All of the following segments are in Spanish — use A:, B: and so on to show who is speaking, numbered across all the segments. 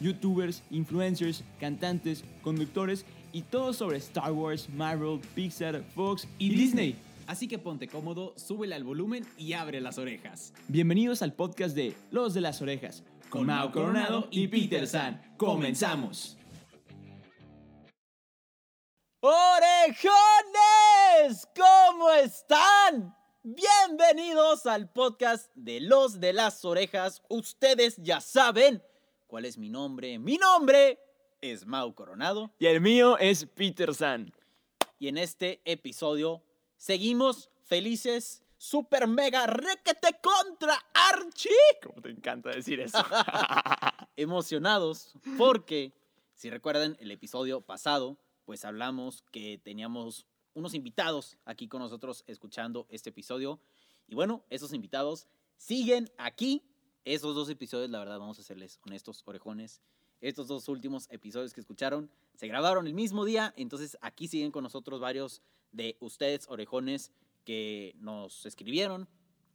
A: youtubers, influencers, cantantes, conductores y todo sobre Star Wars, Marvel, Pixar, Fox y, Disney.
B: Así que ponte cómodo, súbele al volumen y abre las orejas.
A: Bienvenidos al podcast de Los de las Orejas con Mao Coronado y Peter San. Comenzamos.
C: ¡Orejones! ¿Cómo están? Bienvenidos al podcast de los de las orejas. Ustedes ya saben cuál es mi nombre. Mi nombre es Mau Coronado
A: Y el mío es Peter San.
C: y en este episodio seguimos felices, super mega requete contra Archie.
A: Como te encanta decir eso.
C: emocionados porque, si recuerdan el episodio pasado, pues hablamos que teníamos unos invitados aquí con nosotros escuchando este episodio. Y bueno, esos invitados siguen aquí. Esos dos episodios, la verdad, vamos a serles honestos, orejones. Estos dos últimos episodios que escucharon se grabaron el mismo día, entonces aquí siguen con nosotros varios de ustedes, orejones, que nos escribieron.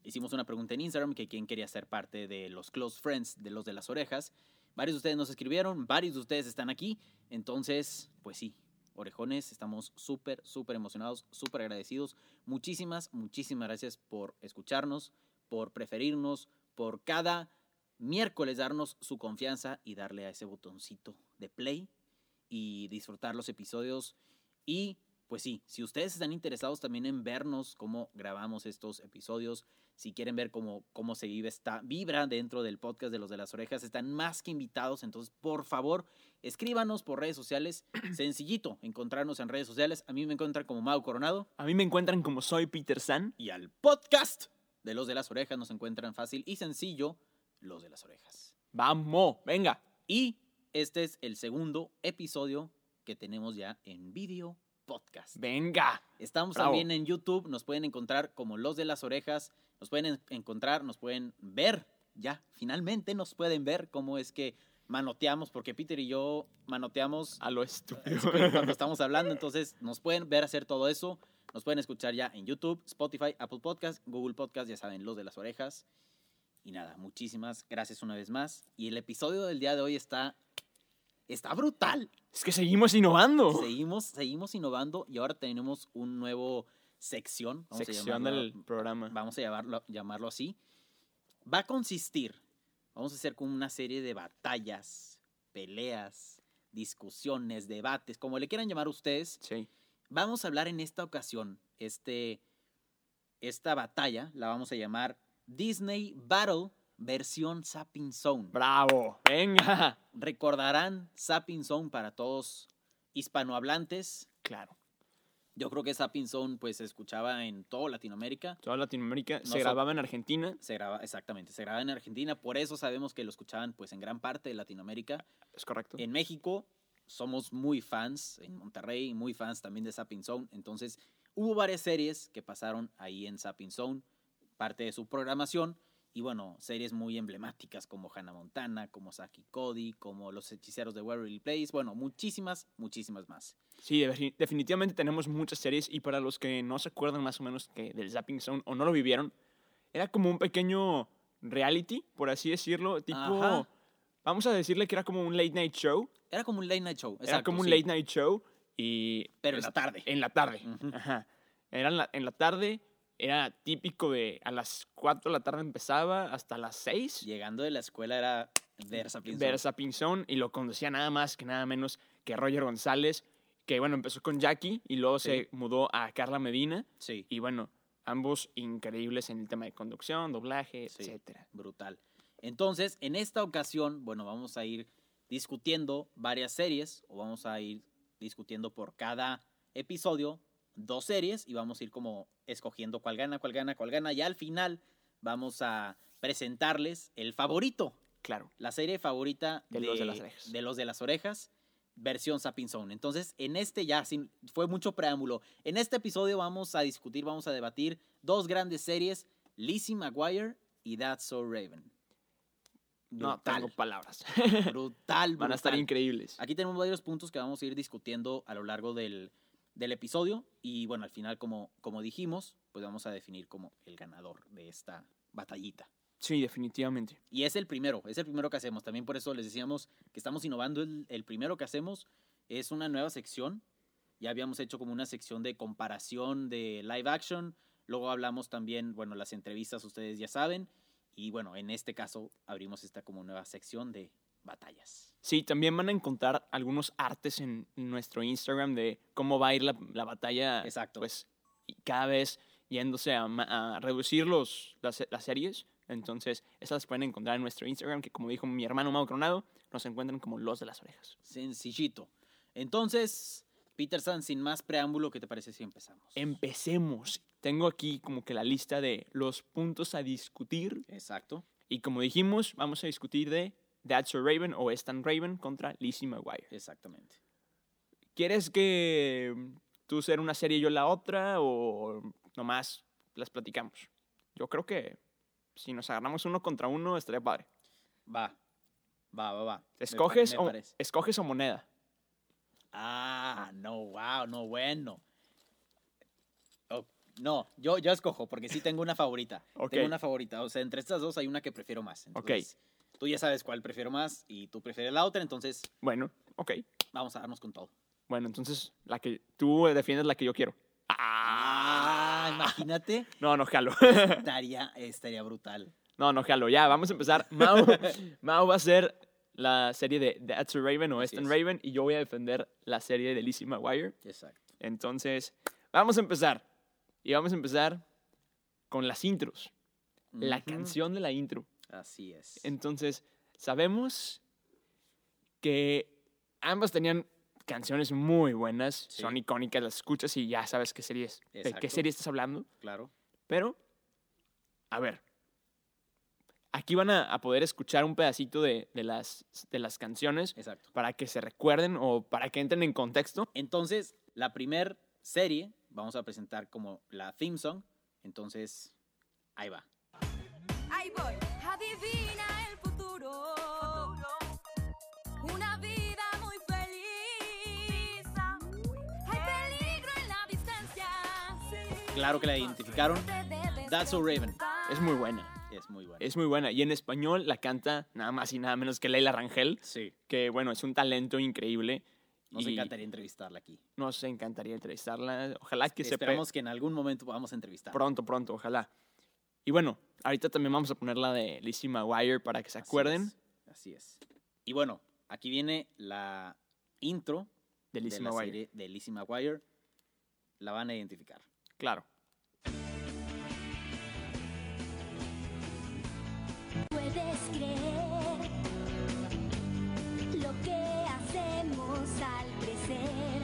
C: Hicimos una pregunta en Instagram que quién quería ser parte de los close friends, de los de las orejas. Varios de ustedes nos escribieron, varios de ustedes están aquí. Entonces, pues sí, orejones, estamos súper, súper emocionados, súper agradecidos. Muchísimas, muchísimas gracias por escucharnos, por preferirnos, por cada miércoles darnos su confianza y darle a ese botoncito de play y disfrutar los episodios. Y pues sí, si ustedes están interesados también en vernos cómo grabamos estos episodios, si quieren ver cómo, cómo se vive esta vibra dentro del podcast de los de las orejas, están más que invitados. Entonces, por favor, escríbanos por redes sociales. Sencillito, encontrarnos en redes sociales. A mí me encuentran como Mau Coronado
A: A mí me encuentran como soy Peter San.
C: y al podcast de los de las orejas nos encuentran fácil y sencillo los de las orejas.
A: Vamos, venga.
C: Y este es el segundo episodio que tenemos ya en video podcast.
A: Venga.
C: Estamos
A: Bravo.
C: también en YouTube, nos pueden encontrar como Los de las Orejas, nos pueden en- encontrar, nos pueden ver, ya, finalmente nos pueden ver cómo es que manoteamos, porque Peter y yo manoteamos
A: A lo estúpido.
C: pero cuando estamos hablando, entonces nos pueden ver hacer todo eso, nos pueden escuchar ya en YouTube, Spotify, Apple Podcast, Google Podcast, ya saben, Los de las Orejas. Y nada, muchísimas gracias una vez más. Y el episodio del día de hoy está, está brutal.
A: Es que seguimos innovando.
C: Seguimos, seguimos innovando y ahora tenemos un nuevo sección. Vamos
A: Sección
C: a
A: del
C: llamarlo,
A: programa.
C: vamos a llamarlo, llamarlo así. Va a consistir, vamos a hacer como una serie de batallas, peleas, discusiones, debates, como le quieran llamar ustedes.
A: Sí.
C: Vamos a hablar en esta ocasión, este, esta batalla la vamos a llamar Disney Battle versión Sapping Zone.
A: Bravo. Venga.
C: Recordarán Sapping Zone para todos hispanohablantes,
A: Claro.
C: Yo creo que Sapping Zone pues se escuchaba en toda Latinoamérica.
A: Toda Latinoamérica se
C: Noso-
A: grababa en Argentina.
C: Se graba, exactamente, se graba en Argentina, por eso sabemos que lo escuchaban pues en gran parte de Latinoamérica.
A: Es correcto.
C: En México somos muy fans, en Monterrey muy fans también de Sapping Zone, entonces hubo varias series que pasaron ahí en Sapping Zone, parte de su programación, y bueno, series muy emblemáticas como Hannah Montana, como Saki Cody, como Los Hechiceros de Waverly Place, bueno, muchísimas, muchísimas más.
A: Sí, defi- definitivamente tenemos muchas series y para los que no se acuerdan más o menos que del Zapping Zone o no lo vivieron, era como un pequeño reality, por así decirlo, tipo...
C: Ajá.
A: Vamos a decirle que era como un late night show.
C: Era como un late night show.
A: era
C: exacto,
A: como un
C: sí,
A: late night show y...
C: Pero en la tarde.
A: En la tarde.
C: Ujú.
A: Ajá. Era en la, en la tarde, era típico de a las 4 de la tarde empezaba hasta las 6.
C: Llegando de la escuela era Versa Pinzón.
A: Versa Pinzón y lo conducía nada más que nada menos que Roger González, que bueno, empezó con Jackie y luego se mudó a Carla Medina
C: Sí,
A: y bueno, ambos increíbles en el tema de conducción, doblaje,
C: Sí.
A: etcétera.
C: brutal. Entonces, en esta ocasión, bueno, vamos a ir discutiendo varias series o vamos a ir discutiendo por cada episodio dos series y vamos a ir como escogiendo cuál gana, cuál gana, cuál gana y al final vamos a presentarles el favorito
A: Claro.
C: la serie favorita
A: De los de las orejas.
C: de los de las orejas, versión Sapping Zone. Entonces, en este ya sin, fue mucho preámbulo. En este episodio vamos a discutir, vamos a debatir dos grandes series, Lizzie McGuire y That's So Raven.
A: No
C: Brutal,
A: tengo palabras.
C: brutal,
A: Van a estar
C: brutal.
A: increíbles.
C: Aquí tenemos varios puntos que vamos a ir discutiendo a lo largo del, del episodio. Y bueno, al final, como, como dijimos, pues vamos a definir como el ganador de esta batallita.
A: Sí, definitivamente.
C: Y es el primero, es el primero que hacemos. También por eso les decíamos que estamos innovando. El, el primero que hacemos es una nueva sección. Ya habíamos hecho como una sección de comparación de live action. Luego hablamos también, bueno, las entrevistas ustedes ya saben. Y bueno, en este caso abrimos esta como nueva sección de batallas.
A: Sí, también van a encontrar algunos artes en nuestro Instagram de cómo va a ir la, la batalla.
C: Exacto.
A: Pues y cada vez yéndose a, ma- a reducir los, las, las series. Entonces, esas las pueden encontrar en nuestro Instagram, que como dijo mi hermano Mau Coronado, nos encuentran como los de las orejas.
C: Sencillito. Entonces, Peterson, sin más preámbulo, ¿qué te parece si empezamos?
A: Empecemos. Tengo aquí como que la lista de los puntos a discutir.
C: Exacto.
A: Y como dijimos, vamos a discutir de That's a Raven o Stan Raven contra Lizzie McGuire.
C: Exactamente.
A: ¿Quieres que mm, tú ser una serie y yo la otra o nomás las platicamos? Yo creo que si nos agarramos uno contra uno estaría padre.
C: Va. Va, va, va. Me pa-
A: ¿Escoges,
C: me
A: o,
C: parece.
A: ¿escoges o moneda?
C: Ah, no, wow, no, bueno. Oh, no, yo, yo escojo, porque sí tengo una favorita.
A: Ok.
C: Tengo una favorita. O sea, entre estas dos hay una que prefiero más. Entonces, Tú ya sabes cuál prefiero más y tú prefieres la otra, entonces
A: Bueno, ok.
C: vamos a darnos con todo.
A: Bueno, entonces la que tú defiendes la que yo quiero.
C: Ah,
A: ¡Ah!
C: imagínate,
A: No, no jalo.
C: estaría, estaría brutal.
A: No, no jalo. Ya, vamos a empezar. Mau, Mau va a ser la serie de That's a Raven o
C: Así
A: Stan
C: es.
A: Raven y yo voy a defender la serie de Lizzie McGuire.
C: Exacto.
A: Entonces, vamos a empezar. Y vamos a empezar con las intros. La
C: Ujú,
A: canción de la intro.
C: Así es.
A: Entonces, sabemos que ambas tenían canciones muy buenas.
C: Sí.
A: Son icónicas, las escuchas y ya sabes qué serie es. De qué
C: Exacto.
A: serie estás hablando.
C: Claro.
A: Pero, a ver. Aquí van a, a poder escuchar un pedacito de, de las, de las canciones
C: Exacto.
A: para que se recuerden o para que entren en contexto.
C: Entonces, la primer serie vamos a presentar como la theme song. Entonces, ahí va.
D: Ahí voy. Adivina el futuro. Una vida muy feliz. Hay peligro en la distancia.
C: Claro que la identificaron. That's So Raven.
A: Es muy buena.
C: Es muy buena.
A: Es muy buena. Y en español la canta nada más y nada menos que Leila Rangel,
C: Sí.
A: que bueno, es un talento increíble.
C: Nos
A: y
C: encantaría entrevistarla aquí.
A: Nos encantaría entrevistarla. Ojalá que se
C: Esperamos que en algún momento podamos entrevistar.
A: pronto, pronto, ojalá. Y bueno, ahorita también vamos a poner la de Lizzie McGuire para que se acuerden
C: Así es. Y bueno, aquí viene la intro
A: de Lizzie
C: de la
A: McGuire.
C: serie de Lizzie McGuire. La van a identificar.
A: Claro.
E: puedes creer lo que hacemos al crecer.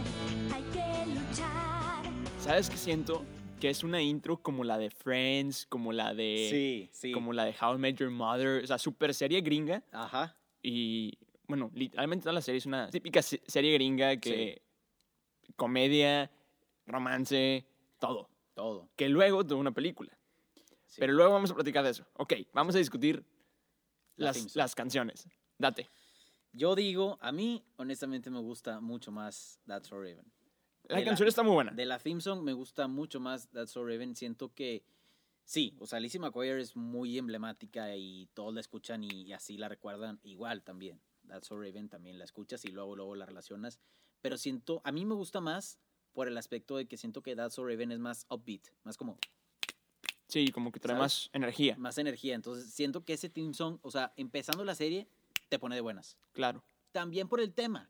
E: Hay que luchar.
A: ¿Sabes qué siento? Que es una intro como la de Friends, como la de...
C: sí, sí.
A: Eh, Como la de How I Met Your Mother, o sea, super serie gringa.
C: Ajá.
A: Y bueno, literalmente toda la serie es una típica se- serie gringa que comedia, romance, todo.
C: Todo.
A: Que luego tuvo una película.
C: Sí.
A: Pero luego vamos a platicar de eso. Ok, vamos a discutir
C: La
A: las,
C: theme song.
A: las canciones. Date.
C: Yo digo, a mí, honestamente, me gusta mucho más That's So Raven.
A: La
C: De la-
A: canción está muy buena.
C: De la theme song me gusta mucho más That's So Raven. Siento que sí, o sea, Lizzie McGuire es muy emblemática y todos la escuchan y, y así la recuerdan igual también. That's So Raven también la escuchas y luego luego la relacionas. Pero siento, a mí me gusta más por el aspecto de que siento que That's So Raven es más upbeat, más como
A: Sí, como que trae
C: ¿Sabes? Mm.
A: más energía.
C: más energía. Entonces siento que ese theme song, o sea, empezando la serie te pone de buenas.
A: Claro.
C: También por el tema.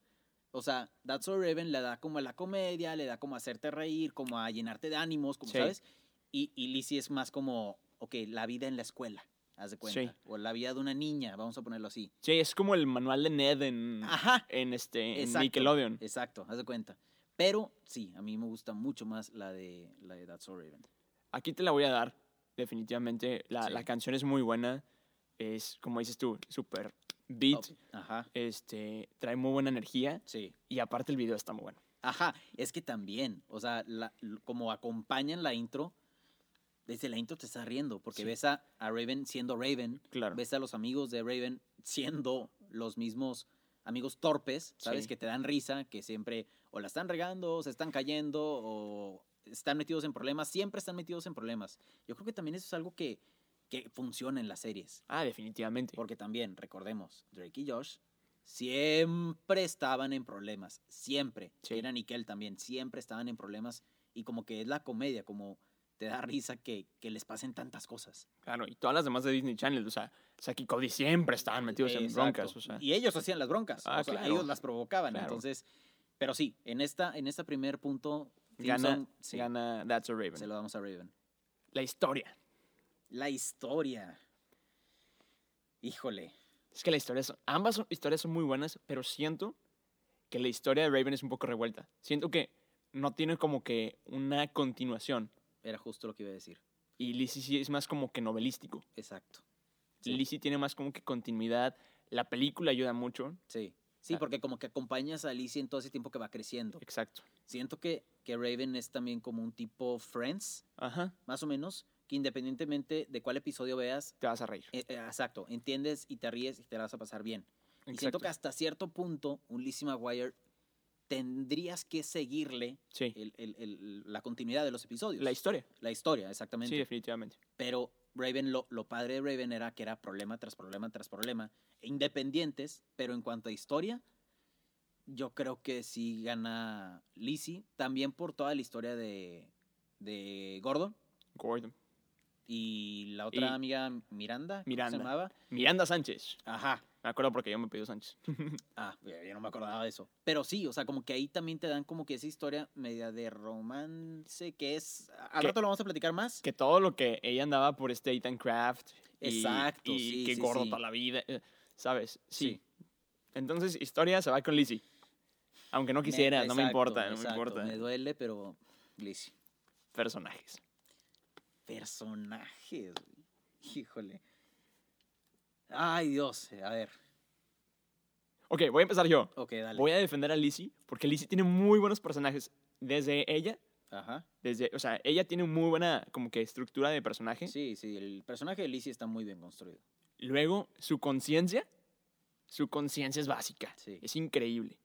C: O sea, That's So Raven le da como a la comedia, le da como a hacerte reír, como a llenarte de ánimos, como
A: Sí.
C: sabes. Y, y Lizzie es más como, ok, la vida en la escuela, haz de cuenta.
A: Sí.
C: O la vida de una niña, vamos a ponerlo así.
A: Sí, es como el manual de Ned en,
C: Ajá.
A: en, este, en
C: Ah. Exacto.
A: Nickelodeon.
C: Exacto, haz de cuenta. Pero sí, a mí me gusta mucho más la de, la de That's So Raven.
A: Aquí te la voy a dar, definitivamente. La,
C: Sí.
A: la canción es muy buena. es, como dices tú, súper beat.
C: Ajá,
A: Este, trae muy buena energía.
C: sí.
A: Y aparte el video está muy bueno.
C: Ajá, es que también, o sea, la- l- como acompañan la intro, desde la intro te estás riendo, porque
A: Sí.
C: ves a, a Raven siendo Raven,
A: Claro.
C: ves a los amigos de Raven siendo los mismos amigos torpes, ¿sabes?
A: Sí.
C: Que te dan risa, que siempre o la están regando, o se están cayendo, o están metidos en problemas, siempre están metidos en problemas. Yo creo que también eso es algo que, que funciona en las series,
A: Ah, definitivamente.
C: porque también, recordemos, Drake y Josh siempre estaban en problemas, siempre.
A: Sí.
C: Era Nickel también, siempre estaban en problemas, y como que es la comedia, como te da risa que, que les pasen tantas cosas.
A: Claro, y todas las demás de Disney Channel, o sea, Saki y Cody siempre estaban metidos en
C: Exacto.
A: broncas, o sea.
C: Y ellos hacían las broncas.
A: Ah,
C: o sea,
A: claro.
C: ellos las provocaban.
A: Claro.
C: Entonces, pero sí, en esta, en este primer punto,
A: Gana,
C: Simpson, sí,
A: gana That's a Raven.
C: se lo damos a Raven.
A: La historia.
C: La historia. Híjole.
A: Es que la historia son- ambas son- historias son muy buenas, pero siento que la historia de Raven es un poco revuelta. Siento que no tiene como que una continuación.
C: Era justo lo que iba a decir.
A: Y Lizzie sí es más como que novelístico.
C: Exacto. Sí.
A: Lizzy tiene más como que continuidad. La película ayuda mucho.
C: Sí. Sí,
A: Ah.
C: porque como que acompañas a Alicia en todo ese tiempo que va creciendo.
A: Exacto.
C: Siento que, que Raven es también como un tipo Friends,
A: Ajá.
C: más o menos, que independientemente de cuál episodio veas,
A: Te vas a reír.
C: eh, eh, exacto, entiendes y te ríes y te la vas a pasar bien. Y siento
A: Exacto.
C: que hasta cierto punto, un Lizzie McGuire tendrías que seguirle
A: Sí.
C: el- el- el- la continuidad de los episodios.
A: La historia.
C: La historia,
A: Sí,
C: exactamente.
A: definitivamente.
C: Pero Raven, lo, lo padre de Raven era que era problema tras problema tras problema, e independientes, pero en cuanto a historia, yo creo que sí gana Lizzie, también por toda la historia de, de Gordon
A: Gordon.
C: y la otra
A: Y-
C: amiga Miranda, ¿cómo
A: Miranda.
C: se llamaba?
A: Miranda Sánchez.
C: Ajá,
A: Me acuerdo porque yo me pedí Sánchez.
C: Ah, ya ya no me acordaba de eso. Pero sí, o sea, como que ahí también te dan como que esa historia media de romance, que es... Al
A: Que-
C: rato lo vamos a platicar más.
A: que todo lo que ella andaba por este Ethan Craft. y-
C: Exacto,
A: Y
C: sí,
A: que
C: sí,
A: gordo
C: sí.
A: toda la vida. eh, ¿Sabes?
C: Sí.
A: Sí. Entonces, historia se va con Lizzie. Aunque no quisiera, no me
C: Exacto,
A: importa, no me
C: exacto,
A: importa.
C: Me duele, pero... Lizzie.
A: Personajes.
C: Personajes, güey. híjole. Ay, Dios, a ver.
A: Ok, voy a empezar yo.
C: Ok, dale.
A: Voy a defender a Lizzie porque Lizzie tiene muy buenos personajes. Desde ella,
C: Ajá.
A: desde, o sea, ella tiene muy buena como que estructura de personaje.
C: Sí, sí, el personaje de Lizzie está muy bien construido.
A: Luego, su conciencia, su conciencia es básica.
C: Sí.
A: Es increíble.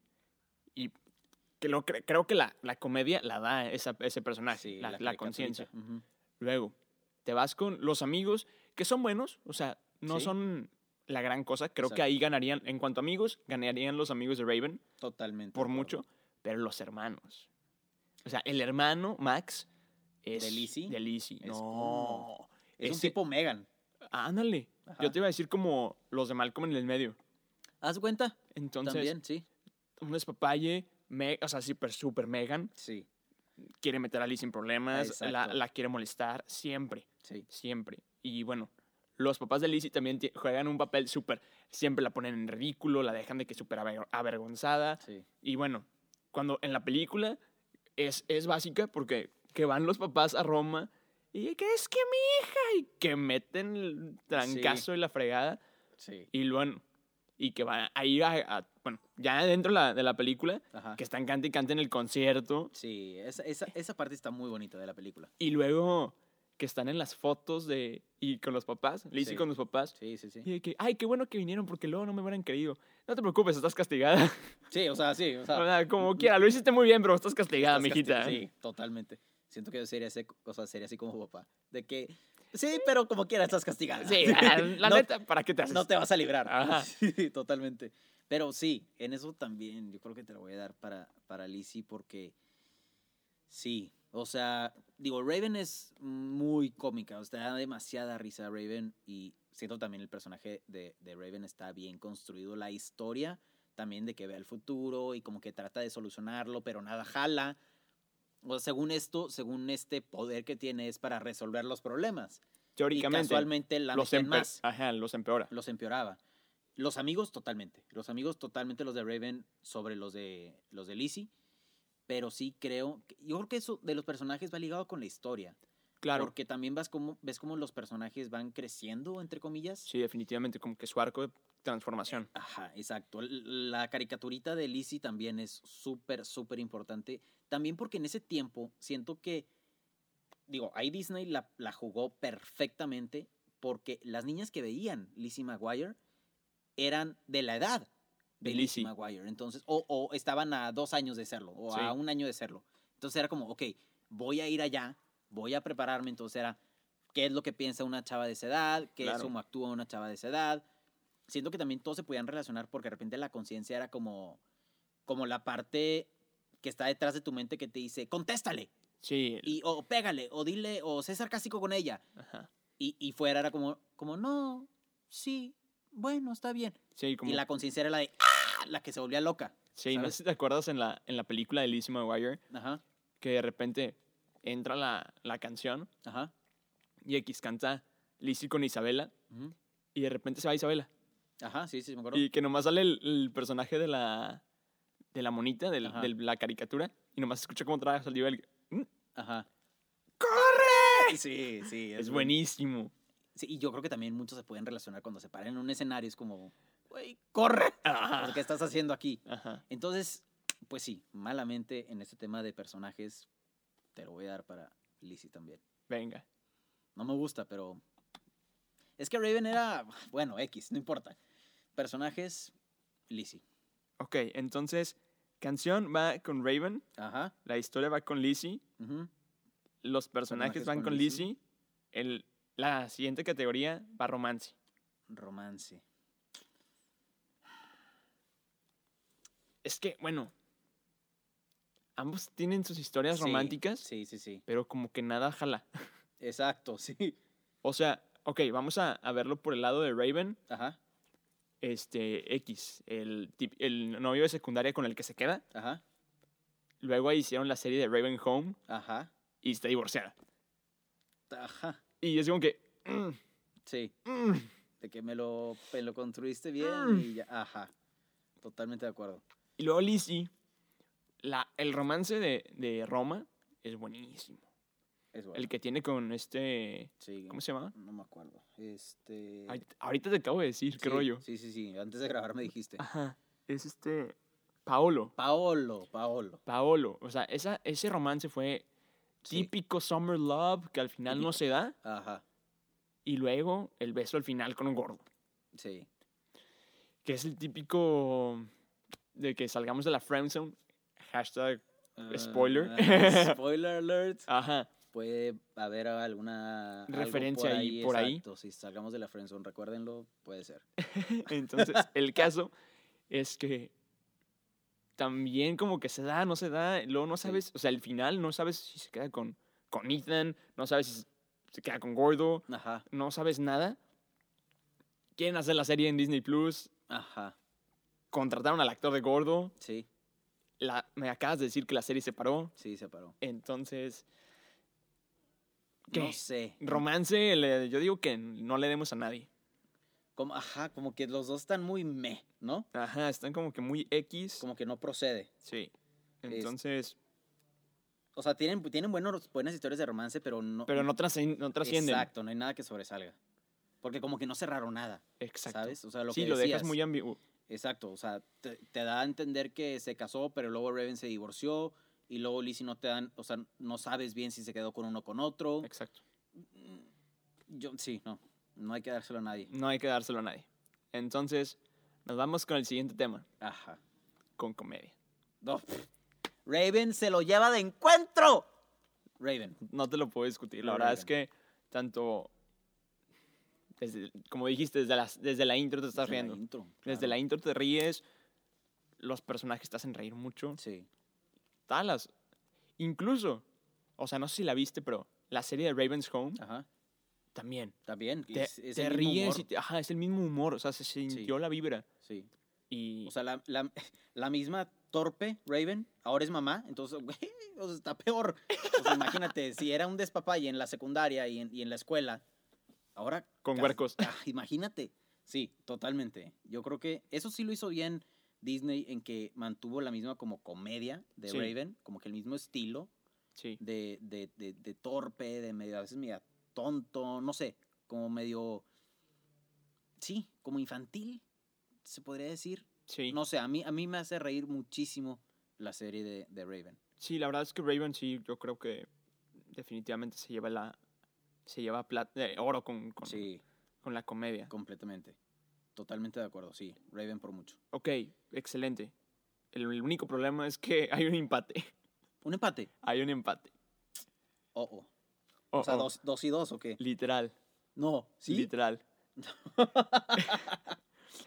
A: Y que lo cre- creo que la, la comedia la da esa- ese personaje,
C: Sí,
A: la, la
C: caricaturita.
A: conciencia.
C: Ujú.
A: Luego, te vas con los amigos, que son buenos, o sea, no
C: Sí.
A: son la gran cosa. Creo que
C: Exacto.
A: ahí ganarían, en cuanto a amigos, ganarían los amigos de Raven,
C: Totalmente.
A: por
C: de acuerdo.
A: mucho, pero los hermanos. O sea, el hermano Max es.
C: ¿De Lizzie?
A: de Lizzie.
C: Es-
A: no.
C: Es un
A: ese-
C: tipo Megan.
A: Ándale.
C: Ajá.
A: Yo te iba a decir como los de Malcolm en el medio.
C: ¿Haz cuenta?
A: Entonces,
C: También, sí.
A: un despapalle, me- o sea, súper, súper Megan.
C: Sí,
A: Quiere meter a Liz en problemas, la,
C: Exacto.
A: la quiere molestar, siempre,
C: sí.
A: siempre. Y bueno, los papás de Lizzie también tie- juegan un papel súper, siempre la ponen en ridículo, la dejan de que súper aver- avergonzada.
C: Sí.
A: Y bueno, cuando en la película es, es básica porque que van los papás a Roma y que es que mi hija y que meten el trancazo y la fregada.
C: Sí.
A: Y luego, y que van a ir a, a- bueno, ya dentro de la, de la película,
C: Ajá.
A: que están cante y cante en el concierto,
C: Sí, esa, esa, esa parte está muy bonita de la película.
A: y luego que están en las fotos de, y con los papás, Lizzie
C: Sí.
A: con los papás,
C: Sí, sí, sí.
A: y de que, ay, qué bueno que vinieron porque luego no me hubieran creído. No te preocupes, estás castigada.
C: Sí, o sea, sí, o sea.
A: O sea, como quiera, lo hiciste muy bien, pero estás castigada,
C: estás
A: mijita.
C: castigado. Sí, totalmente. Siento que yo sería, ese, o sea, sería así como papá. De que, sí, pero como quiera estás castigada.
A: Sí, la, la
C: No-
A: neta, ¿para qué te haces?
C: No te vas a librar.
A: Ajá.
C: Sí, totalmente. Pero sí, en eso también yo creo que te lo voy a dar para, para Lizzie porque sí, o sea, digo, Raven es muy cómica, o sea, da demasiada risa a Raven y siento también el personaje de, de Raven está bien construido, la historia también de que ve el futuro y como que trata de solucionarlo, pero nada jala. O sea, según esto, según este poder que tiene es para resolver los problemas. Y
A: Teóricamente,
C: casualmente la
A: los,
C: meten
A: empe-
C: más
A: ajá, los empeora.
C: los empeoraba. Los amigos totalmente, los amigos totalmente los de Raven sobre los de los de Lizzie, pero sí creo, que- yo creo que eso de los personajes va ligado con la historia.
A: Claro.
C: Porque también vas como, ves cómo los personajes van creciendo, entre comillas.
A: Sí, definitivamente, como que su arco de transformación.
C: Ajá, exacto. L- La caricaturita de Lizzie también es súper, súper importante. También porque en ese tiempo siento que, digo, ahí Disney la, la jugó perfectamente porque las niñas que veían Lizzie McGuire eran de la edad de
A: De
C: Lizzie
A: Lizzie.
C: McGuire. Entonces, o, o estaban a dos años de serlo, o
A: Sí.
C: a un año de serlo. Entonces era como, ok, voy a ir allá, voy a prepararme. Entonces era, ¿qué es lo que piensa una chava de esa edad? ¿Qué es
A: Claro.
C: cómo actúa una chava de esa edad? siento que también todos se podían relacionar porque de repente la conciencia era como, como la parte que está detrás de tu mente que te dice, contéstale,
A: Sí.
C: y, o pégale, o dile, o sé sarcástico con ella.
A: Ajá.
C: Y, y fuera era como, como, no, sí, bueno, está bien.
A: Sí, como.
C: Y la conciencia era la de, "Ah", la que se volvía loca.
A: sí, no
C: ¿sabes?
A: sé si te acuerdas en la, en la película de Lizzie McGuire
C: Ajá,
A: que de repente entra la, la canción
C: ajá.
A: y X canta Lizzie con Isabela
C: ujú.
A: y de repente se va Isabela.
C: Ajá, sí, sí, me acuerdo.
A: Y que nomás sale el, el personaje de la, de la monita, del-
C: Ajá.
A: de la caricatura, y nomás escucha cómo trae saliva el. "Mm,
C: Ajá. ¡Corre! Sí, sí.
A: Es
C: buen-
A: buenísimo.
C: Sí, y yo creo que también muchos se pueden relacionar cuando se paran en un escenario, es como, güey, corre.
A: Ajá.
C: ¿Qué estás haciendo aquí?
A: Ajá.
C: Entonces, pues sí, malamente en este tema de personajes, te lo voy a dar para Lizzie también.
A: Venga.
C: No me gusta, pero. Es que Raven era. Bueno, X, no importa. Personajes, Lizzie.
A: Ok, entonces, canción va con Raven,
C: Ajá.
A: la historia va con Lizzie,
C: ujú,
A: los personajes
C: Personajes
A: van
C: con
A: con
C: Lizzie.
A: Lizzie, el, la siguiente categoría va romance.
C: Romance.
A: Es que, bueno, ambos tienen sus historias
C: Sí,
A: románticas,
C: Sí, sí, sí.
A: pero como que nada jala.
C: Exacto, sí.
A: O sea, ok, vamos a, a verlo por el lado de Raven,
C: Ajá,
A: este, X, el, tip- el novio de secundaria con el que se queda.
C: ajá,
A: Luego hicieron la serie de Raven Home
C: ajá,
A: y está divorciada.
C: ajá.
A: Y es como que... mm,
C: Sí.
A: mm,
C: De que me lo, me lo construiste bien
A: Mm.
C: y ya. Ajá. Totalmente de acuerdo.
A: Y luego Lizzie, la, el romance de, de Roma es buenísimo.
C: Es bueno.
A: El que tiene con este...
C: Sí.
A: ¿Cómo se llama?
C: No me acuerdo. Este.
A: Ahorita- Ahorita te acabo de decir,
C: Sí,
A: qué rollo. Ah.
C: Sí, sí, sí. Antes de grabar me dijiste.
A: Ajá. Es este... Paolo.
C: Paolo, Paolo.
A: Paolo. O sea, esa, ese romance fue
C: Sí.
A: típico Summer Love que al final no se da.
C: Ajá,
A: Y luego el beso al final con un gordo.
C: sí.
A: Que es el típico de que salgamos de la friendzone. Hashtag. Spoiler.
C: Ah, spoiler alert.
A: Ajá.
C: Puede haber alguna algo
A: Referencia ahí, por ahí.
C: Exacto, si salgamos de la friendzone, recuérdenlo, puede ser.
A: Entonces, el caso es que también como que se da, no se da, luego no sabes, o sea, el final no sabes si se queda con, con Ethan, no sabes si se queda con Gordo,
C: Ajá,
A: no sabes nada. Quieren hacer la serie en Disney Plus,
C: ajá,
A: contrataron al actor de Gordo,
C: sí,
A: la, me acabas de decir que la serie se paró,
C: sí, se paró.
A: entonces,
C: No
A: ¿qué?
C: sé.
A: Romance, le- yo digo que no le demos a nadie.
C: Como, ajá, como que los dos están muy meh, ¿no?
A: Ajá, están como que muy X.
C: Como que no procede.
A: Sí.
C: Es-
A: Entonces,
C: O sea, tienen, tienen buenos, buenas historias de romance, pero no.
A: pero no, trascien- no trascienden.
C: Exacto, no hay nada que sobresalga. Porque como que no cerraron nada,
A: Exacto.
C: ¿sabes? O sea, lo
A: sí,
C: que
A: lo
C: decías.
A: dejas muy ambiguo.
C: Exacto, o sea, te, te da a entender que se casó, pero luego Raven se divorció y luego Lizzie no te dan, o sea, no sabes bien si se quedó con uno o con otro.
A: Exacto.
C: Yo, sí, no, no hay que dárselo a nadie.
A: No hay que dárselo a nadie. Entonces, nos vamos con el siguiente tema,
C: Ajá.
A: con comedia.
C: No. Raven se lo lleva de encuentro. Raven,
A: No te lo puedo discutir. La
C: No,
A: verdad
C: no,
A: es
C: no.
A: que tanto, desde- como dijiste, desde, las, desde la intro te estás
C: desde la
A: riendo.
C: intro,
A: Desde
C: claro.
A: la intro te ríes. Los personajes te hacen reír mucho.
C: Sí,
A: Talas. Incluso, o sea, no sé si la viste, pero la serie de Raven's Home
C: ajá.
A: también.
C: También.
A: Te,
C: es- es
A: te
C: el mismo
A: ríes
C: humor.
A: y te- ajá, es el mismo humor. O sea, se sintió la vibra.
C: Sí.
A: Y
C: O sea, la, la- la misma torpe Raven ahora es mamá, entonces, güey, o sea, está peor. O sea, imagínate, si era un despapalle en la secundaria y en, y en la escuela, ahora...
A: Con
C: casi-
A: huercos.
C: ah, imagínate. Sí, totalmente. Yo creo que eso sí lo hizo bien Disney en que mantuvo la misma como comedia de
A: Sí.
C: Raven, como que el mismo estilo,
A: Sí.
C: de, de- de- de torpe, de medio, a veces medio tonto, no sé, como medio, sí, como infantil, se podría decir.
A: Sí.
C: No sé, a mí, a mí me hace reír muchísimo la serie de, de Raven.
A: Sí, la verdad es que Raven sí, yo creo que definitivamente se lleva la se lleva plata, oro con, con,
C: Sí,
A: con la comedia.
C: completamente. Totalmente de acuerdo, sí, Raven por mucho.
A: Ok, excelente. El, el único problema es que hay un empate.
C: Un empate.
A: Hay un empate.
C: Oh, oh.
A: Oh,
C: o sea,
A: oh,
C: Dos, dos y dos o qué.
A: Literal.
C: No, sí.
A: Literal.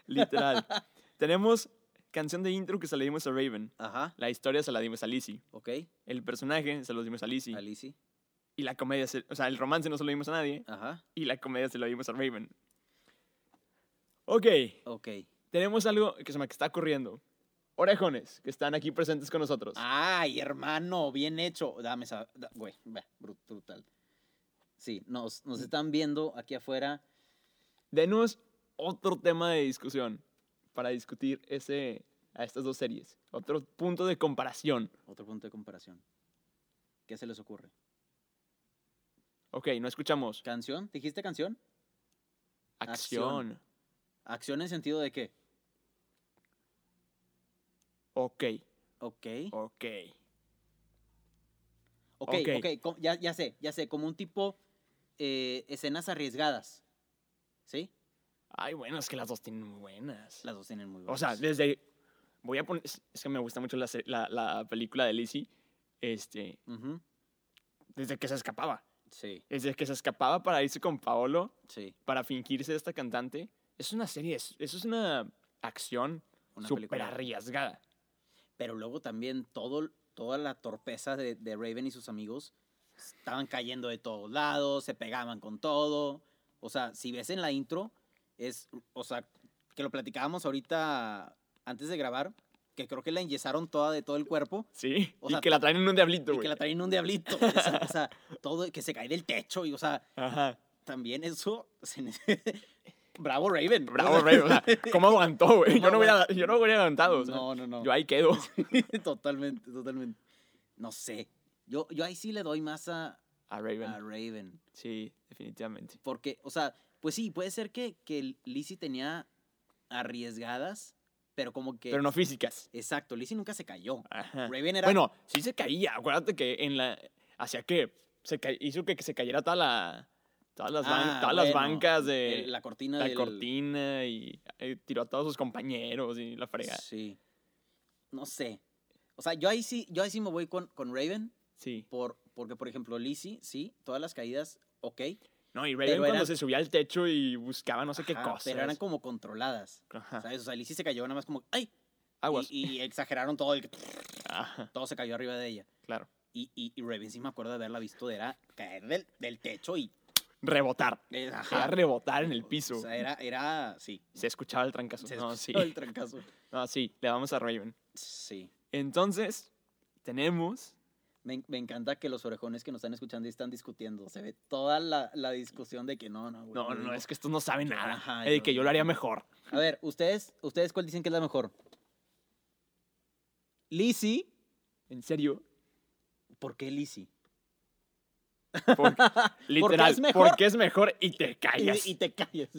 A: literal. Tenemos canción de intro que se la dimos a Raven.
C: Ajá,
A: La historia se la dimos a Lizzie.
C: ok.
A: El personaje se lo dimos a Lizzie.
C: Alicia.
A: Y la comedia, se- o sea, el romance no se lo dimos a nadie.
C: Ajá,
A: Y la comedia se lo dimos a Raven. Ok,
C: ok.
A: tenemos algo que se me está corriendo. Orejones, que están aquí presentes con nosotros.
C: Ay, hermano, bien hecho. Dame esa. da- güey, va, bru- brutal. Sí, nos, nos están viendo aquí afuera.
A: Denos otro tema de discusión para discutir ese, a estas dos series. Otro punto de comparación.
C: Otro punto de comparación. ¿Qué se les ocurre?
A: Ok, no escuchamos.
C: ¿Canción? ¿Dijiste canción?
A: Acción.
C: ¿Acción en sentido de qué?
A: Ok,
C: Ok.
A: ok.
C: Ok,
A: ok.
C: ok. co- Ya, ya sé, ya sé. Como un tipo. eh, escenas arriesgadas. ¿Sí?
A: Ay, bueno, es que las dos tienen muy buenas.
C: Las dos tienen muy buenas.
A: O sea, desde... Voy a poner... Es es que me gusta mucho la, se- la, la película de Lizzie. Este,
C: Ujú,
A: desde que se escapaba.
C: Sí,
A: Desde que se escapaba para irse con Paolo,
C: sí.
A: para fingirse esta cantante. Es una serie, es- eso es una acción
C: Una
A: súper
C: película.
A: arriesgada.
C: Pero luego también todo, toda la torpeza de, de Raven y sus amigos estaban cayendo de todos lados, se pegaban con todo. O sea, si ves en la intro, es, o sea, que lo platicábamos ahorita antes de grabar, que creo que la enyesaron toda de todo el cuerpo
A: Sí,
C: O
A: y
C: sea,
A: que la traen en un diablito,
C: y que
A: güey.
C: la traían un diablito. güey. O sea, o sea, todo, que se cae del techo y, o sea,
A: Ajá.
C: también eso... se ne- Bravo Raven.
A: Bravo, rey. O sea, ¿cómo aguantó, güey? Yo, no hubiera- yo no hubiera aguantado. o sea,
C: No, no, no.
A: Yo ahí quedo.
C: totalmente, totalmente. No sé. Yo, yo ahí sí le doy más a,
A: A Raven.
C: a Raven.
A: Sí, definitivamente.
C: Porque, o sea, pues sí, puede ser que, que Lizzie tenía arriesgadas, pero como que.
A: Pero no físicas.
C: Exacto, Lizzie nunca se cayó.
A: Ajá.
C: Raven era.
A: Bueno, sí se caía. Acuérdate que en la... Hacía que... Se ca- hizo que, que se cayera toda la... Todas las, ban-
C: Ah,
A: todas las
C: bueno,
A: bancas de...
C: el- la cortina
A: la
C: del-
A: cortina y eh, tiró a todos sus compañeros y la fregada.
C: Sí. No sé. O sea, yo ahí sí, yo ahí sí me voy con, con Raven,
A: Sí.
C: por, porque, por ejemplo, Lizzie, sí, todas las caídas, ok.
A: No, y Raven
C: Pero
A: cuando
C: eran-
A: se subía al techo y buscaba no sé qué
C: ajá,
A: cosas.
C: Pero eran como controladas.
A: Ajá.
C: ¿Sabes? O sea, Lizzie se cayó nada más como. ¡Ay!
A: Aguas.
C: Y, y exageraron todo el.
A: Ajá,
C: Todo se cayó arriba de ella.
A: claro.
C: Y, y, y Raven sí me acuerdo de haberla visto, de era caer del, del techo y.
A: Rebotar.
C: eh,
A: Era
C: ajá,
A: rebotar en el piso.
C: O sea, era, era, sí.
A: Se escuchaba el trancazo.
C: Se
A: no, sí.
C: escuchó el trancazo.
A: No, sí, le vamos a Raven.
C: Sí.
A: Entonces, tenemos.
C: Me, en- me encanta que los orejones que nos están escuchando y están discutiendo. Se ve toda la, la discusión de que no, no, güey,
A: No, no, no, es que estos no saben nada.
C: Ajá,
A: eh,
C: no,
A: que yo lo haría mejor.
C: A ver, ¿ustedes, ¿ustedes cuál dicen que es la mejor? Lizzie.
A: En serio.
C: ¿Por qué Lizzie?
A: Por- literal,
C: es mejor.
A: porque es mejor y te
C: Y,
A: callas.
C: y te callas.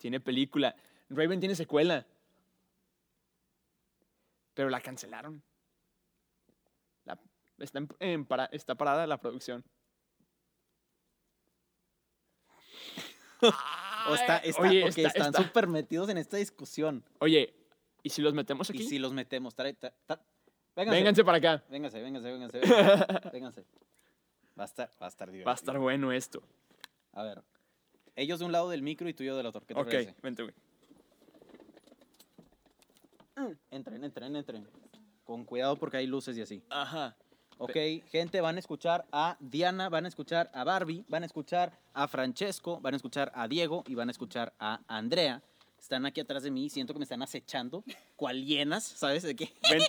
A: Tiene película. Raven tiene secuela. Pero la cancelaron. La- está, en- en para- está parada la producción.
C: O está, está,
A: Oye,
C: ok,
A: está-
C: están
A: está-
C: súper metidos en esta discusión.
A: Oye, ¿y si los metemos aquí?
C: Y si los metemos, trae, tra- tra- vénganse.
A: Vénganse para acá.
C: Vénganse, vénganse, vénganse. Vénganse. vénganse. Va a estar, va a estar divertido.
A: Va a estar bueno esto.
C: A ver. Ellos de un lado del micro y tú y yo del otro. ¿Qué te
A: Ok,
C: parece?
A: vente, güey.
C: Entren, entren, entren. Con cuidado porque hay luces y así.
A: Ajá.
C: Ok, gente, van a escuchar a Diana, van a escuchar a Barbie, van a escuchar a Francesco, van a escuchar a Diego y van a escuchar a Andrea. Están aquí atrás de mí, siento que me están acechando, cual hienas, ¿sabes de qué?
A: Ven-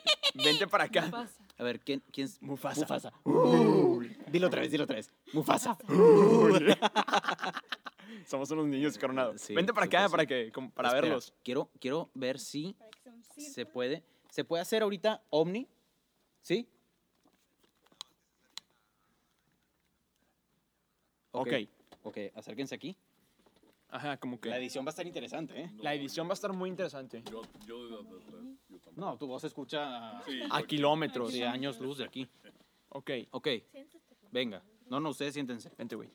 A: vente para
D: ¿Qué
A: acá.
D: pasa?
C: A ver, ¿quién, quién es?
A: Mufasa.
C: Uy. Dilo otra vez, dilo otra vez. Mufasa.
A: Uy. Somos unos niños coronados.
C: Sí,
A: vente para acá
C: súper,
A: para,
C: sí.
A: que, como para
C: Espera,
A: verlos.
C: Quiero, quiero ver si
F: Para que sea un
C: se
F: círculo.
C: puede. ¿Se puede hacer ahorita Omni? ¿Sí?
A: Ok.
C: Ok, acérquense aquí.
A: Ajá, como que.
C: La edición va a estar interesante, ¿eh?
A: La edición va a estar muy interesante.
F: Yo, yo, yo, yo- yo también.
C: No, tu voz se escucha a-
F: Sí,
C: a
F: yo-
A: kilómetros.
C: sí, años luz de aquí.
A: Ok.
C: Ok, venga. No, no, ustedes siéntense.
A: Vente, güey.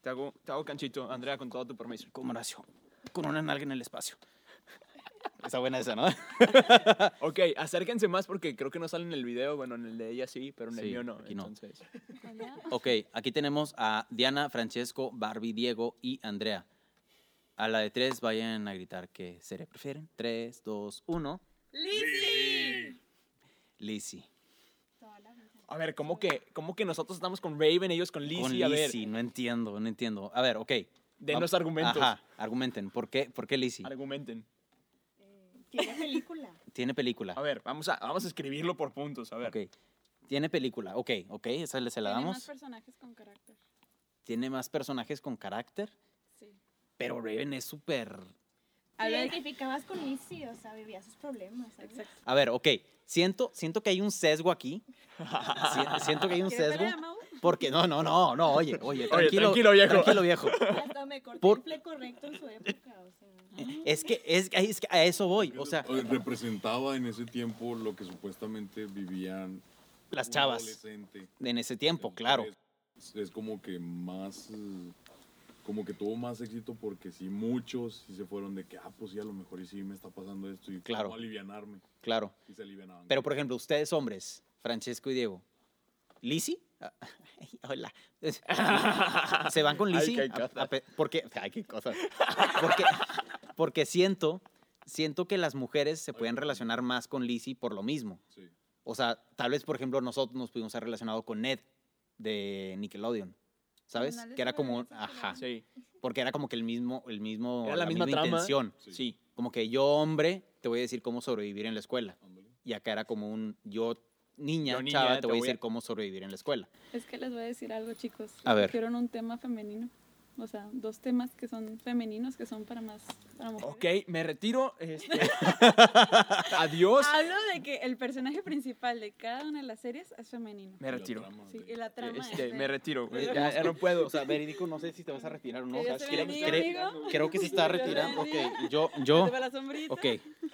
A: Te hago, te hago canchito, Andrea, con todo tu permiso.
C: Como Horacio, con una nalga en el espacio. Está buena esa, ¿no?
A: Ok, acérquense más porque creo que no sale en el video. Bueno, en el de ella sí, pero en el
C: Sí,
A: mío no.
C: aquí no.
A: Entonces,
C: Ok, aquí tenemos a Diana, Francesco, Barbie, Diego y Andrea. A la de tres vayan a gritar que se le prefieren. Tres, dos, uno.
F: Sí.
C: Lizzie.
A: A ver, ¿cómo que, ¿cómo que nosotros estamos con Raven, ellos con Lizzie?
C: Con
A: a ver,
C: Lizzie, no entiendo, no entiendo. A ver, ok.
A: denos
C: Vam-
A: argumentos.
C: Ajá, argumenten. ¿Por qué, por qué Lizzie?
A: Argumenten.
G: Eh,
H: Tiene película.
C: Tiene película.
A: A ver, vamos a, vamos a escribirlo por puntos. A ver.
C: Ok. Tiene película. Ok, ok, esa le- se la
G: Tiene más
C: damos.
G: personajes con carácter.
C: Tiene más personajes con carácter,
G: Sí.
C: pero Raven es súper...
H: Te
G: Habla-
H: identificabas con Lizzie, o sea, vivías sus problemas. ¿sabes?
G: Exacto.
C: A ver, ok. Siento, siento que hay un sesgo aquí. Si- siento que hay un
G: ¿Quieres
C: sesgo.
G: ver a Mau?
C: Porque, no, no, no, no, oye, oye,
A: Oye,
C: tranquilo,
A: tranquilo, viejo.
C: tranquilo, viejo.
H: Hasta me corté
C: Por-
H: el fleco recto en su época, o sea.
C: Es que, es, que- es que a eso voy, o sea,
F: Eh, representaba en ese tiempo lo que supuestamente vivían
C: las
F: un
C: chavas
F: adolescente.
C: en ese tiempo, claro.
F: Es, es como que más, eh, como que tuvo más éxito porque sí muchos sí se fueron de que, ah, pues sí, a lo mejor y sí me está pasando esto y
C: Claro.
F: cómo alivianarme.
C: Claro.
F: Y se alivianaban.
C: Pero, por ejemplo, ustedes hombres, Francesco y Diego, ¿Lisi? Hola. ¿Se van con
A: Ay,
C: Lisi?
A: qué cosa.
C: Porque, ay, qué cosa. Porque, porque siento, siento que las mujeres se pueden relacionar más con Lisi por lo mismo.
F: Sí.
C: O sea, tal vez, por ejemplo, nosotros nos pudimos haber relacionado con Ned de Nickelodeon. ¿Sabes?
G: Ándale,
C: Que era
G: esa
C: como,
G: relación que
C: ajá,
A: Sí,
C: porque era como que el mismo, el mismo,
A: Era la misma trama.
C: intención.
F: Sí.
A: sí.
C: Como que yo, hombre, te voy a decir cómo sobrevivir en la escuela.
F: Ándale.
C: Y acá era como un yo, niña,
A: Yo, niña,
C: chava, te, voy a decir cómo sobrevivir en la escuela.
G: Es que les voy a decir algo, chicos.
C: A ver.
G: Quiero un tema femenino. O sea, dos temas que son femeninos, que son para más para mujeres.
A: Ok, me retiro. este, Adiós.
G: Hablo de que el personaje principal de cada una de las series es femenino.
A: Me
F: Y la
A: retiro.
F: trama
G: Sí,
F: de-
G: y la trama
A: Este,
G: es de-
A: me retiro,
C: Eh,
A: güey. Ya, ya no puedo.
C: sea, Verídico, no sé si te vas a retirar o
G: Que Dios te
C: Creo-
G: bendiga,
C: creo-
G: amigo.
C: Creo que se está
G: Dios te
C: retirando. Ok,
G: bendiga.
C: yo,
G: Vete
C: yo,
G: para la sombrita.
C: ok,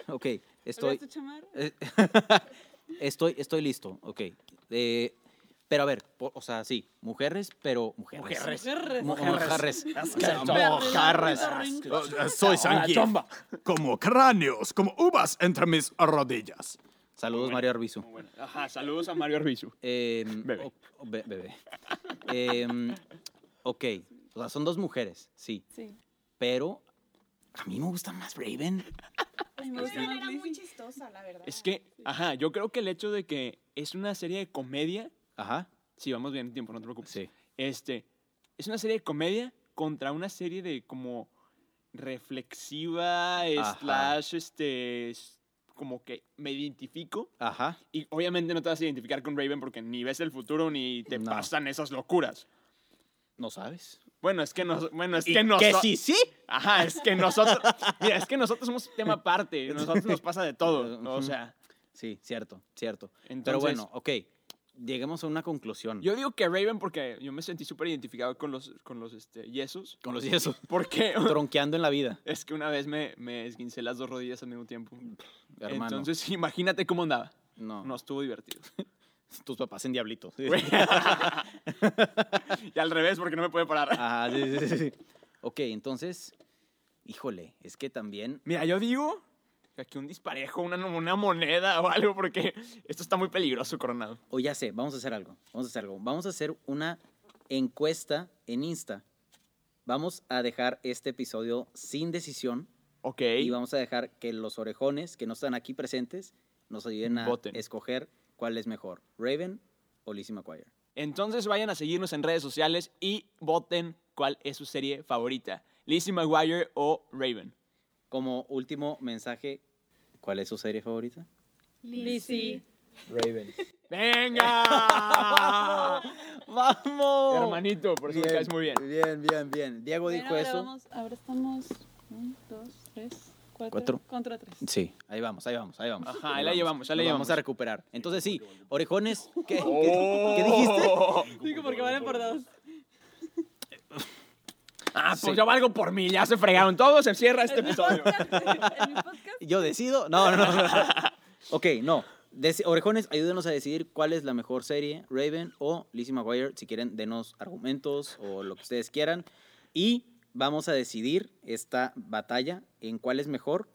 C: ok,
G: ¿Olvidas
C: estoy,
G: tu chamarra?
C: eh, estoy, estoy listo, ok. Eh, pero a ver, po- o sea, sí, mujeres, pero mujeres.
G: Mujeres.
C: Mo- Mojarres. O sea,
G: Verde,
C: mojarras.
G: verde, verde.
I: Soy sanguíneo. Como cráneos, como uvas entre mis rodillas.
C: Saludos, Mario Arbizu.
A: Ajá, saludos a Mario Arbizu.
C: Em,
A: Bebé.
C: o- o- be- bebé. Em, ok, o sea, son dos mujeres, sí,
G: Sí.
C: pero a mí me gusta más Raven.
G: Ay, me
H: Pero
G: gusta más
H: era muy
G: Lizzie.
H: chistosa, la verdad.
A: Es que, ajá, yo creo que el hecho de que es una serie de comedia.
C: Ajá,
A: Sí, vamos bien en tiempo, no te preocupes.
C: sí.
A: Este, es una serie de comedia contra una serie de como reflexiva,
C: Ajá.
A: slash, este, es como que me identifico.
C: Ajá,
A: Y obviamente no te vas a identificar con Raven porque ni ves el futuro ni te
C: No.
A: pasan esas locuras.
C: no sabes.
A: Bueno, es que nos, bueno, es
C: ¿Y
A: que nos,
C: sí?
A: ajá, es que nosotros, mira, es que nosotros somos tema aparte, nosotros nos pasa de todo, ¿no? o
C: Ujú.
A: sea,
C: Sí, cierto, cierto.
A: entonces,
C: pero bueno, ok, lleguemos a una conclusión.
A: yo digo que Raven porque yo me sentí súper identificado con los, con los, este, yesos,
C: Con los yesos,
A: porque
C: tronqueando en la vida,
A: es que una vez me, me esguincé las dos rodillas al mismo tiempo,
C: hermano.
A: entonces imagínate cómo andaba,
C: no,
A: no estuvo divertido,
C: tus papás en diablito.
A: y al revés porque no me puede parar.
C: Ajá, Ah, sí, sí, sí, sí. Ok, entonces, híjole, es que también
A: Mira, yo digo que aquí un disparejo, una, una moneda o algo, porque esto está muy peligroso, Coronado.
C: O ya sé, vamos a hacer algo. Vamos a hacer algo. Vamos a hacer una encuesta en Insta. Vamos a dejar este episodio sin decisión
A: Ok.
C: y vamos a dejar que los orejones que no están aquí presentes nos ayuden a
A: Voten.
C: escoger cuál es mejor, Raven o Lizzie McGuire.
A: Entonces vayan a seguirnos en redes sociales y voten cuál es su serie favorita. Lizzie McGuire o Raven.
C: Como último mensaje, ¿cuál es su serie favorita?
G: Lizzie.
C: Raven.
A: ¡Venga!
C: ¡Vamos!
A: Hermanito, por eso me caes muy bien.
C: Bien, bien, bien. Diego
G: Bueno,
C: dijo
G: ahora
C: eso.
G: vamos- ahora estamos. Un, dos, tres, cuatro.
C: Cuatro.
G: Contra tres.
C: Sí, ahí vamos, ahí vamos, ahí vamos.
A: Ajá, ahí la llevamos, ahí la
C: Nos
A: llevamos.
C: Vamos
A: Oh.
C: a recuperar. Entonces sí, orejones, ¿qué, qué- qué dijiste?
G: Digo porque valen por dos.
A: pues yo valgo por mí, ya se fregaron todos, se cierra este
G: En mi
A: episodio.
G: podcast, en mi podcast,
C: Yo decido. No, no, no. ok, no. Deci- Orejones, ayúdenos a decidir cuál es la mejor serie, Raven o Lizzie McGuire. Si quieren, denos argumentos o lo que ustedes quieran. Y vamos a decidir esta batalla en cuál es mejor.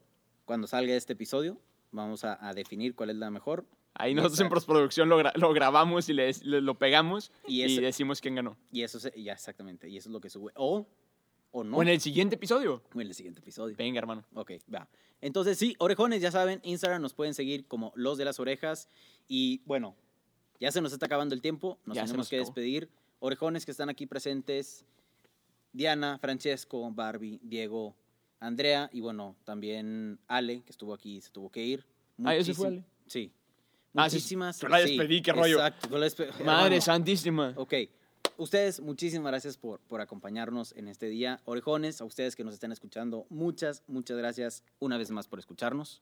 C: Cuando salga este episodio, vamos a, a definir cuál es la mejor.
A: Ahí nosotros en
C: Exacto.
A: postproducción lo, gra- lo grabamos y le, le- lo pegamos
C: Y
A: y,
C: ese-
A: decimos quién ganó.
C: Y eso se- ya, exactamente. Y eso es lo que sube. O, o no.
A: O en el siguiente episodio.
C: o en el siguiente episodio.
A: Venga, hermano.
C: Ok, va. Entonces, sí, orejones, ya saben, Instagram nos pueden seguir como los de las orejas. Y bueno, ya se nos está acabando el tiempo, nos
A: Ya se
C: tenemos
A: nos
C: que
A: acabó.
C: despedir. Orejones que están aquí presentes, Diana, Francesco, Barbie, Diego, Andrea y bueno, también Ale, que estuvo aquí y se tuvo que ir.
A: Ah, ¿ya se fue
C: Muchísim-
A: Ale?
C: Sí.
A: Ah, sí,
C: Muchísimas.
A: yo la despedí, qué rollo.
C: Exacto, yo la despe-
A: Madre
C: Hermano.
A: santísima.
C: Ok. Ustedes, muchísimas gracias por, por acompañarnos en este día. Orejones, a ustedes que nos están escuchando, muchas, muchas gracias una vez más por escucharnos.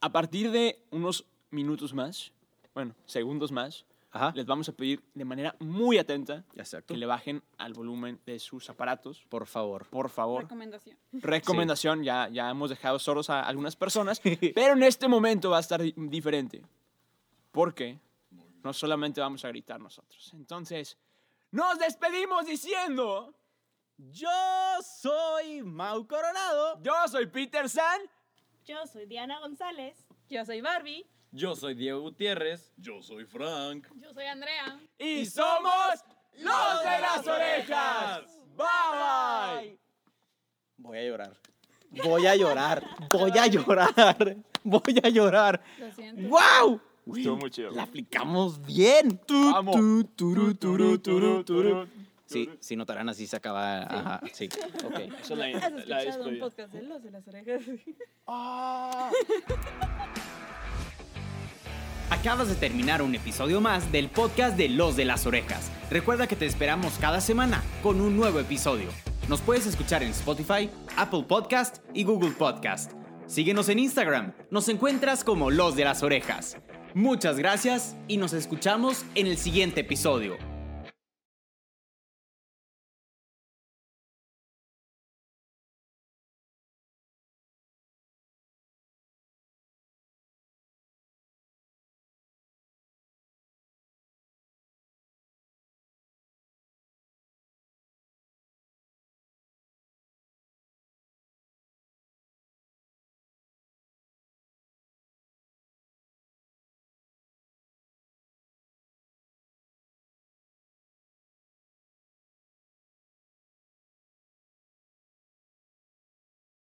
A: A partir de unos minutos más, bueno, segundos más,
C: Ajá.
A: les vamos a pedir de manera muy atenta
C: Exacto.
A: que le bajen al volumen de sus aparatos,
C: Por favor.
A: por favor.
G: recomendación.
A: Recomendación, ya, ya hemos dejado solos a algunas personas, pero en este momento va a estar di- diferente. Porque no solamente vamos a gritar nosotros. Entonces, nos despedimos diciendo,
C: Yo soy Mau Coronado.
A: yo soy Peter San.
J: Yo soy Diana González.
G: Yo soy Barbie.
F: Yo soy Diego Gutiérrez.
K: Yo soy Frank.
G: Yo soy Andrea.
A: y somos los de las orejas. Bye bye.
C: Voy a llorar. Voy a llorar. Voy a llorar. Voy a llorar.
G: Lo siento.
C: ¡Wow!
A: Estuvo muy chido.
C: La aplicamos bien. Tu,
A: Vamos.
C: tu, turu, turu, turu, turu. Sí, si notarán, así se acaba. Ajá, sí. Ok.
A: Eso la,
G: ¿Has
A: la
G: escuchado un
A: despedida.
G: podcast de los de las orejas?
L: Acabas de terminar un episodio más del podcast de Los de las Orejas. Recuerda que te esperamos cada semana con un nuevo episodio. Nos puedes escuchar en Spotify, Apple Podcast y Google Podcast. Síguenos en Instagram, nos encuentras como Los de las Orejas. Muchas gracias y nos escuchamos en el siguiente episodio.